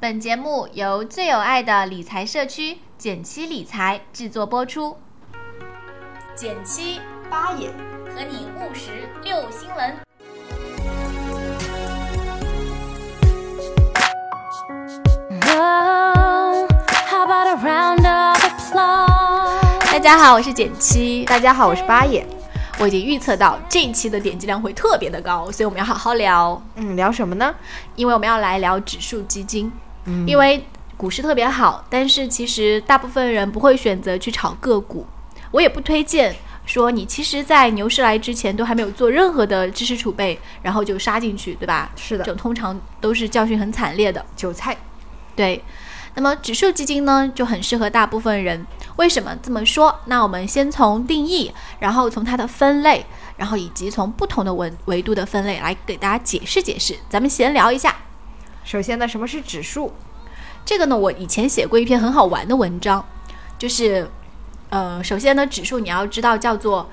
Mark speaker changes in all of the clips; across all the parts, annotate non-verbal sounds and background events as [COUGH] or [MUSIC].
Speaker 1: 本节目由最有爱的理财社区简七理财制作播出。
Speaker 2: 减七
Speaker 3: 八眼
Speaker 2: 和你务实六新闻。
Speaker 4: Oh, how about a round of applause?
Speaker 1: 大家好，我是简七。
Speaker 3: 大家好，我是八眼。
Speaker 1: 我已经预测到这一期的点击量会特别的高，所以我们要好好聊，
Speaker 3: 嗯，聊什么呢？
Speaker 1: 因为我们要来聊指数基金。
Speaker 3: 嗯
Speaker 1: 因为股市特别好，但是其实大部分人不会选择去炒个股。我也不推荐说你其实，在牛市来之前都还没有做任何的知识储备，然后就杀进去，对吧？
Speaker 3: 是
Speaker 1: 这
Speaker 3: 的，
Speaker 1: 种通常都是教训很惨烈的。
Speaker 3: 韭菜。
Speaker 1: 对，那么指数基金呢就很适合大部分人。为什么这么说？那我们先从定义，然后从它的分类，然后以及从不同的维维度的分类来给大家解释解释。咱们闲聊一下。
Speaker 3: 首先呢，什么是指数？
Speaker 1: 这个呢，我以前写过一篇很好玩的文章，就是，呃，首先呢，指数你要知道叫做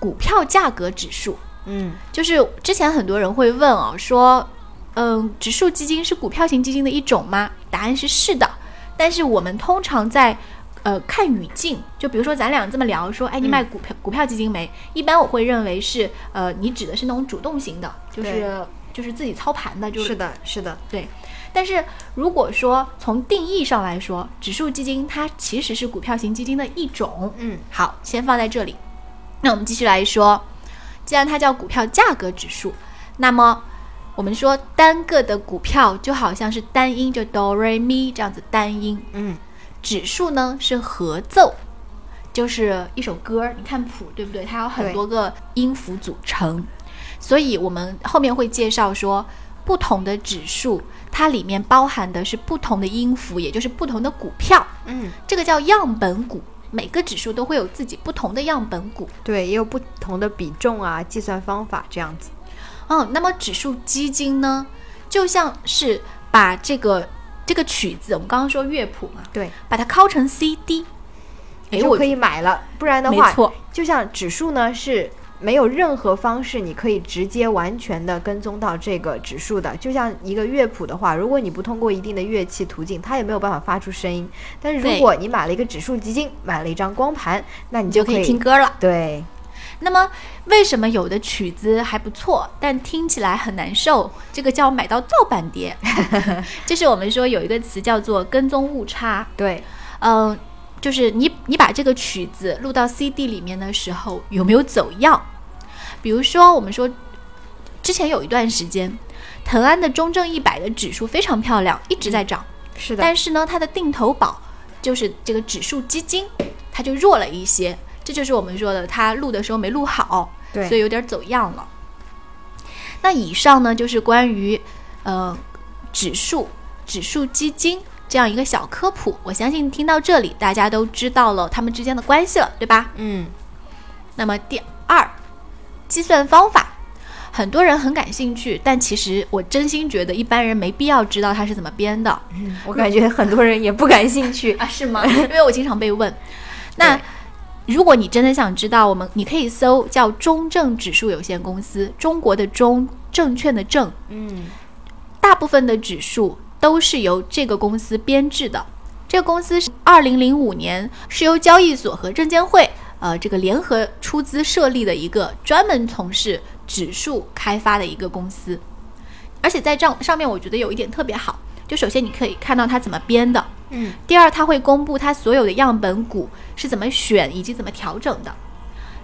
Speaker 1: 股票价格指数，
Speaker 3: 嗯，
Speaker 1: 就是之前很多人会问哦，说，嗯，指数基金是股票型基金的一种吗？答案是是的，但是我们通常在呃看语境，就比如说咱俩这么聊，说，哎，你买股票、股票基金没？一般我会认为是，呃，你指的是那种主动型的，就是
Speaker 3: 对
Speaker 1: 就是自己操盘的，就是
Speaker 3: 的，是的，
Speaker 1: 对，但是如果说从定义上来说，指数基金它其实是股票型基金的一种。
Speaker 3: 嗯，
Speaker 1: 好，先放在这里。那我们继续来说，既然它叫股票价格指数，那么我们说单个的股票就好像是单音，就哆瑞咪这样子单音。
Speaker 3: 嗯，
Speaker 1: 指数呢是合奏，就是一首歌儿，你看谱对不对？它有很
Speaker 3: 对
Speaker 1: 多个音符组成，所以我们后面会介绍说，不同的指数它里面包含的是不同的音符，也就是不同的股票，
Speaker 3: 嗯，
Speaker 1: 这个叫样本股。每个指数都会有自己不同的样本股。
Speaker 3: 对，也有不同的比重啊，计算方法这样子。
Speaker 1: 嗯，那么指数基金呢，就像是把这个这个曲子，我们刚刚说乐谱嘛，
Speaker 3: 对，
Speaker 1: 把它拷成 CD。哎，
Speaker 3: 就
Speaker 1: 我
Speaker 3: 可以买了。不然的
Speaker 1: 没
Speaker 3: 话，
Speaker 1: 错，
Speaker 3: 就像指数呢是。没有任何方式你可以直接完全的跟踪到这个指数的，就像一个乐谱的话，如果你不通过一定的乐器途径，它也没有办法发出声音。但是
Speaker 1: 对
Speaker 3: 如果你买了一个指数基金，买了一张光盘，那你
Speaker 1: 你就可
Speaker 3: 可以
Speaker 1: 以听歌了。
Speaker 3: 对，
Speaker 1: 那么，为什么有的曲子还不错，但听起来很难受？这个叫买到盗版碟，就是我们说有一个词叫做跟踪误差。
Speaker 3: 对，
Speaker 1: 嗯，就是你你把这个曲子录到 CD 里面的时候，有没有走样？比如说，我们说之前有一段时间，腾安的中证一百的指数非常漂亮，一直在涨，
Speaker 3: 是的，
Speaker 1: 但是呢，它的定投宝就是这个指数基金，它就弱了一些。这就是我们说的，它录的时候没录好，
Speaker 3: 对
Speaker 1: 所以有点走样了。那以上呢，就是关于呃指数、指数基金这样一个小科普。我相信听到这里，大家都知道了它们之间的关系了，对吧？
Speaker 3: 嗯，
Speaker 1: 那么第二，计算方法，很多人很感兴趣，但其实我真心觉得一般人没必要知道它是怎么编的。
Speaker 3: 我感觉很多人也不感兴趣。
Speaker 1: 啊，是吗？因为我经常被
Speaker 3: [LAUGHS]
Speaker 1: 问。那如果你真的想知道，我们你可以搜叫中证指数有限公司，中国的中，证券的证，
Speaker 3: 嗯，
Speaker 1: 大部分的指数都是由这个公司编制的。这个公司是二零零五年是由交易所和证监会呃这个联合出资设立的一个专门从事指数开发的一个公司。而且在账上面，我觉得有一点特别好，就首先你可以看到它怎么编的，
Speaker 3: 嗯，
Speaker 1: 第二它会公布它所有的样本股是怎么选以及怎么调整的。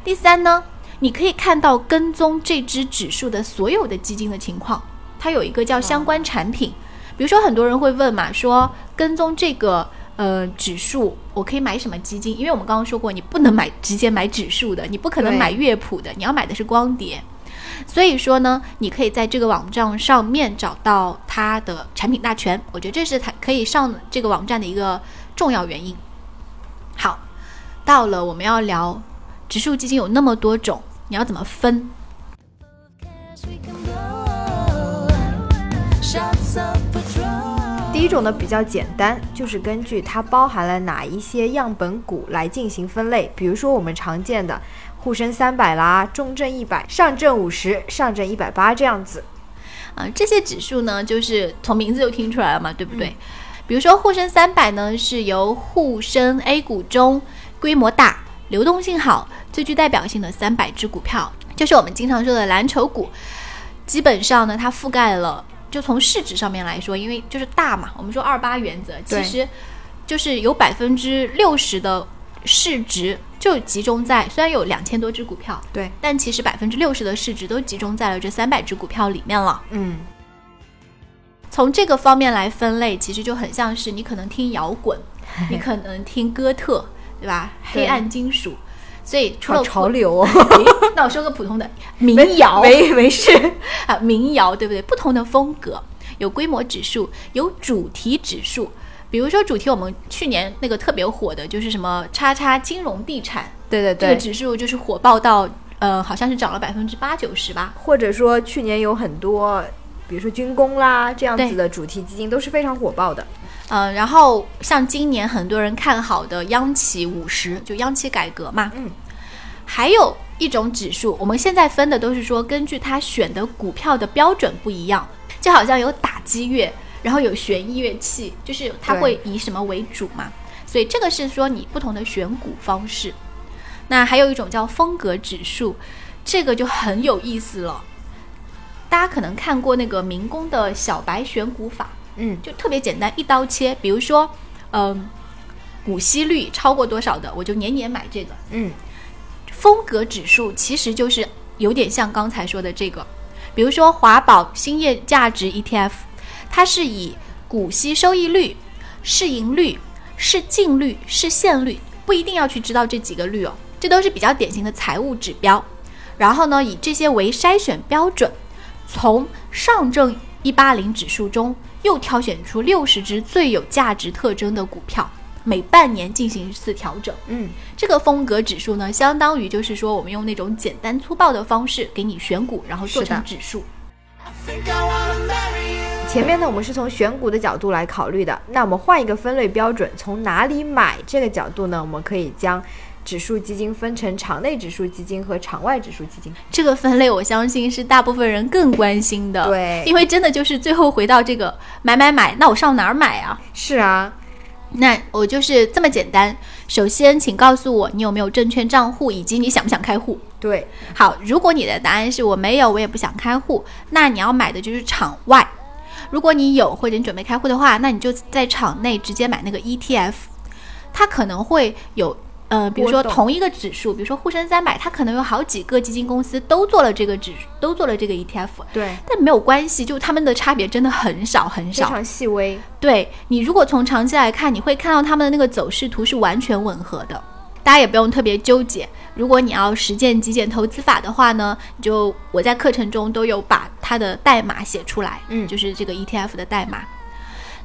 Speaker 1: 第三呢，你可以看到跟踪这只指数的所有的基金的情况，它有一个叫相关产品。比如说，很多人会问嘛，说跟踪这个呃指数，我可以买什么基金？因为我们刚刚说过，你不能买直接买指数的，你不可能
Speaker 3: 对
Speaker 1: 买乐谱的，你要买的是光碟。所以说呢，你可以在这个网站上面找到它的产品大全。我觉得这是它可以上这个网站的一个重要原因。好，到了我们要聊指数基金有那么多种，你要怎么分？
Speaker 4: 'Cause we can blow shots of patrol.
Speaker 3: 第一种呢比较简单，就是根据它包含了哪一些样本股来进行分类，比如说我们常见的沪深三百啦、中证一百、上证五十、上证一百八这样子。
Speaker 1: 啊、这些指数呢，就是从名字就听出来了嘛，对不对？比如说沪深三百呢，是由沪深 A 股中规模大、流动性好、最具代表性的三百只股票，就是我们经常说的蓝筹股。基本上呢，它覆盖了，就从市值上面来说，因为就是大嘛，我们说二八原则，其
Speaker 3: 对
Speaker 1: 实就是有百分之六十的市值就集中在，虽然有两千多只股票，
Speaker 3: 对，
Speaker 1: 但其实百分之六十的市值都集中在了这三百只股票里面了。
Speaker 3: 嗯，
Speaker 1: 从这个方面来分类，其实就很像是你可能听摇
Speaker 3: [LAUGHS]
Speaker 1: 滚，你可能听哥特，对吧？
Speaker 3: 对
Speaker 1: 黑暗金属，所以除
Speaker 3: 好
Speaker 1: 了
Speaker 3: 潮。流
Speaker 1: [LAUGHS]
Speaker 3: 哦，
Speaker 1: 诶那我说个普通的民谣，
Speaker 3: [LAUGHS] 没没事，
Speaker 1: 啊，民谣对不对？不同的风格，有规模指数，有主题指数。比如说主题，我们去年那个特别火的就是什么“叉叉金融地产”，
Speaker 3: 对 [LAUGHS] 对
Speaker 1: 这个
Speaker 3: 对，
Speaker 1: 指数就是火爆到呃，好像是涨了百分之八九十吧。
Speaker 3: 或者说去年有很多，比如说军工啦这样
Speaker 1: 对
Speaker 3: 子的主题基金都是非常火爆的，
Speaker 1: 呃，然后像今年很多人看好的央企五十，就央企改革嘛，
Speaker 3: 嗯，
Speaker 1: 还有一种指数，我们现在分的都是说根据他选的股票的标准不一样，就好像有打击乐，然后有弦乐器，就是它
Speaker 3: 对
Speaker 1: 会以什么为主嘛，所以这个是说你不同的选股方式。那还有一种叫风格指数，这个就很有意思了。大家可能看过那个民工的小白选股法，
Speaker 3: 嗯，
Speaker 1: 就特别简单，一刀切。比如说，嗯，股息率超过多少的，我就年年买这个。
Speaker 3: 嗯，
Speaker 1: 风格指数其实就是有点像刚才说的这个，比如说华宝兴业价值 ETF，它是以股息收益率、市盈率、市净率、市现率，不一定要去知道这几个率哦，这都是比较典型的财务指标。然后呢，以这些为筛选标准，从上证一八零指数中又挑选出六十只最有价值特征的股票，每半年进行一次调整。
Speaker 3: 嗯，
Speaker 1: 这个风格指数呢，相当于就是说我们用那种简单粗暴的方式给你选股，然后做
Speaker 3: 是的
Speaker 1: 成指数。
Speaker 3: 前面呢，我们是从选股的角度来考虑的，那我们换一个分类标准，从哪里买这个角度呢，我们可以将指数基金分成场内指数基金和场外指数基金。
Speaker 1: 这个分类，我相信是大部分人更关心的。
Speaker 3: 对
Speaker 1: 因为真的就是最后回到这个买买买，那我上哪儿买啊？
Speaker 3: 是啊，
Speaker 1: 那我就是这么简单。首先，请告诉我你有没有证券账户，以及你想不想开户。
Speaker 3: 对，
Speaker 1: 好，如果你的答案是我没有，我也不想开户，那你要买的就是场外。如果你有或者你准备开户的话，那你就在场内直接买那个 ETF，它可能会有呃，比如说
Speaker 3: 波动
Speaker 1: 同一个指数，比如说沪深三百，它可能有好几个基金公司都做了这个指，都做了这个 ETF，
Speaker 3: 对，
Speaker 1: 但没有关系，就它们的差别真的很少很
Speaker 3: 非
Speaker 1: 少。
Speaker 3: 常细微。
Speaker 1: 对你如果从长期来看，你会看到他们的那个走势图是完全吻合的，大家也不用特别纠结。如果你要实践极简投资法的话呢，你就我在课程中都有把它的代码写出来，
Speaker 3: 嗯
Speaker 1: 就是这个 ETF 的代码。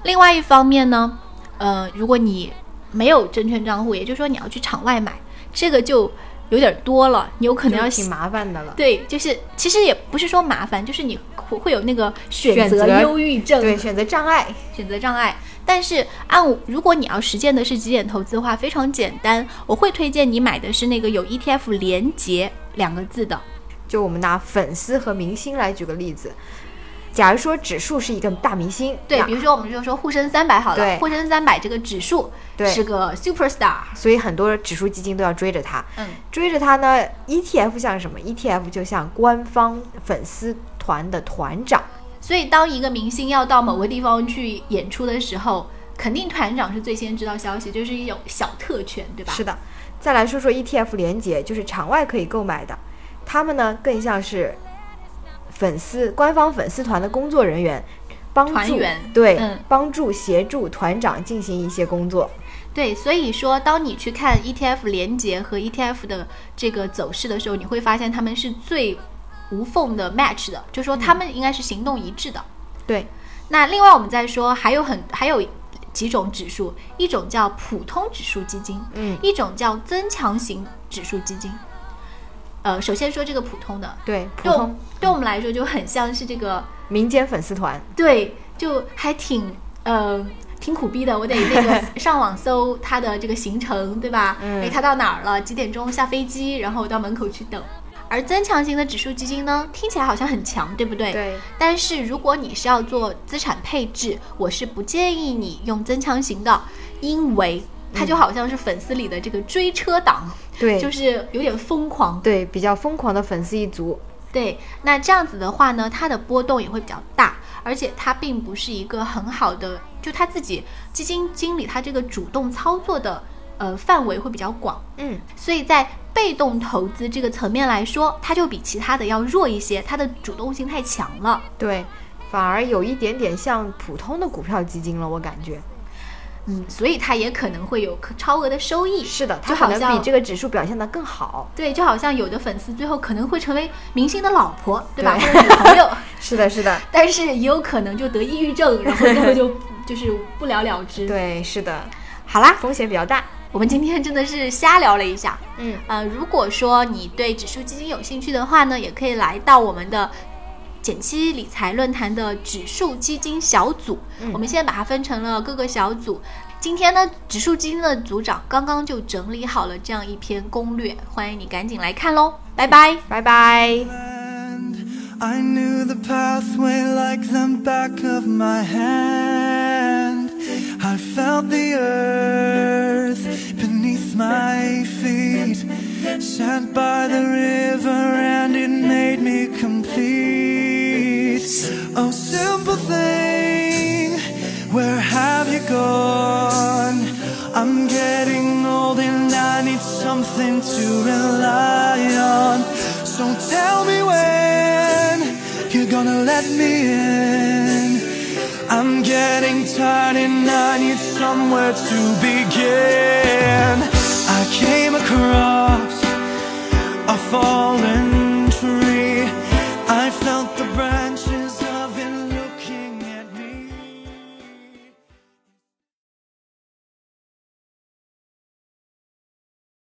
Speaker 1: 另外一方面呢，呃，如果你没有证券账户，也就是说你要去场外买，这个就有点多了，你有可能要
Speaker 3: 就挺麻烦的了。
Speaker 1: 对，就是其实也不是说麻烦，就是你会会有那个选
Speaker 3: 选
Speaker 1: 择
Speaker 3: 择
Speaker 1: 忧郁症，啊
Speaker 3: 对，选择障碍。
Speaker 1: 选择障碍。但是按我如果你要实践的是极简投资的话，非常简单，我会推荐你买的是那个有 ETF 连接两个字的。
Speaker 3: 就我们拿粉丝和明星来举个例子，假如说指数是一个大明星，
Speaker 1: 对，
Speaker 3: 那
Speaker 1: 比如说我们就说沪深三百好了
Speaker 3: 对，
Speaker 1: 沪深三百这个指数
Speaker 3: 对
Speaker 1: 是个 super star，
Speaker 3: 所以很多指数基金都要追着它。
Speaker 1: 嗯，
Speaker 3: 追着它呢，ETF 像什么？ETF 就像官方粉丝团的团长，
Speaker 1: 所以当一个明星要到某个地方去演出的时候，肯定团长是最先知道消息，就是一种小特权，对吧？
Speaker 3: 是的。再来说说 ETF 连接，就是场外可以购买的，他们呢更像是粉丝官方粉丝团的工作人员，帮助
Speaker 1: 团员
Speaker 3: 对、
Speaker 1: 嗯
Speaker 3: 帮助协助团长进行一些工作。
Speaker 1: 对，所以说，当你去看 ETF 连接和 ETF 的这个走势的时候，你会发现它们是最无缝的 match 的，就说
Speaker 3: 嗯
Speaker 1: 它们应该是行动一致的。
Speaker 3: 对，
Speaker 1: 那另外我们再说，还有很还有几种指数，一种叫普通指数基金，
Speaker 3: 嗯
Speaker 1: 一种叫增强型指数基金。呃，首先说这个普通的，
Speaker 3: 对，普
Speaker 1: 对我
Speaker 3: 通
Speaker 1: 们对我们来说就很像是这个
Speaker 3: 民间粉丝团。
Speaker 1: 对，就还挺呃挺苦逼的。我得那
Speaker 3: [LAUGHS]
Speaker 1: 个上网搜他的这个行程，对吧？
Speaker 3: 嗯
Speaker 1: 哎，他到哪儿了？几点钟下飞机？然后到门口去等。而增强型的指数基金呢，听起来好像很强，对不对？
Speaker 3: 对。
Speaker 1: 但是如果你是要做资产配置，我是不建议你用增强型的，因为它就好像是粉丝里的这个追车党，
Speaker 3: 嗯对，
Speaker 1: 就是有点疯狂。
Speaker 3: 对比较疯狂的粉丝一族，
Speaker 1: 对，那这样子的话呢，它的波动也会比较大，而且它并不是一个很好的，就他自己基金经理他这个主动操作的呃范围会比较广。
Speaker 3: 嗯，
Speaker 1: 所以在被动投资这个层面来说，它就比其他的要弱一些，它的主动性太强了。
Speaker 3: 对，反而有一点点像普通的股票基金了，我感觉。
Speaker 1: 嗯，所以它也可能会有可超额的收益。
Speaker 3: 是的，它
Speaker 1: 就
Speaker 3: 可
Speaker 1: 好
Speaker 3: 能
Speaker 1: 像
Speaker 3: 比这个指数表现得更好。
Speaker 1: 对，就好像有的粉丝最后可能会成为明星的老婆，对吧？
Speaker 3: 对
Speaker 1: 或者女朋友，
Speaker 3: 是的，是的，
Speaker 1: 但是也有可能就得抑郁症，然后最后就就是不了了
Speaker 3: [LAUGHS]
Speaker 1: 之。，
Speaker 3: 对，是的，
Speaker 1: 好啦，
Speaker 3: 风险比较大。
Speaker 1: 我们今天真的是瞎聊了一下。
Speaker 3: 嗯，
Speaker 1: 呃，如果说你对指数基金有兴趣的话呢，也可以来到我们的减七理财论坛的指数基金小组。
Speaker 3: 嗯
Speaker 1: 我们现在把它分成了各个小组。今天呢，指数基金的组长刚刚就整理好了这样一篇攻略，欢迎你赶紧来看喽，拜拜。
Speaker 3: 拜拜。
Speaker 5: land. I knew the pathway like the back of my hand. I felt the earth beneath my feet, sat by the river, and it made me complete. Oh, simple thing, where have you gone? I'm getting old and I need something to rely on. So tell me when you're gonna let me in. I'm getting tired and I need somewhere to begin. I came across a fallen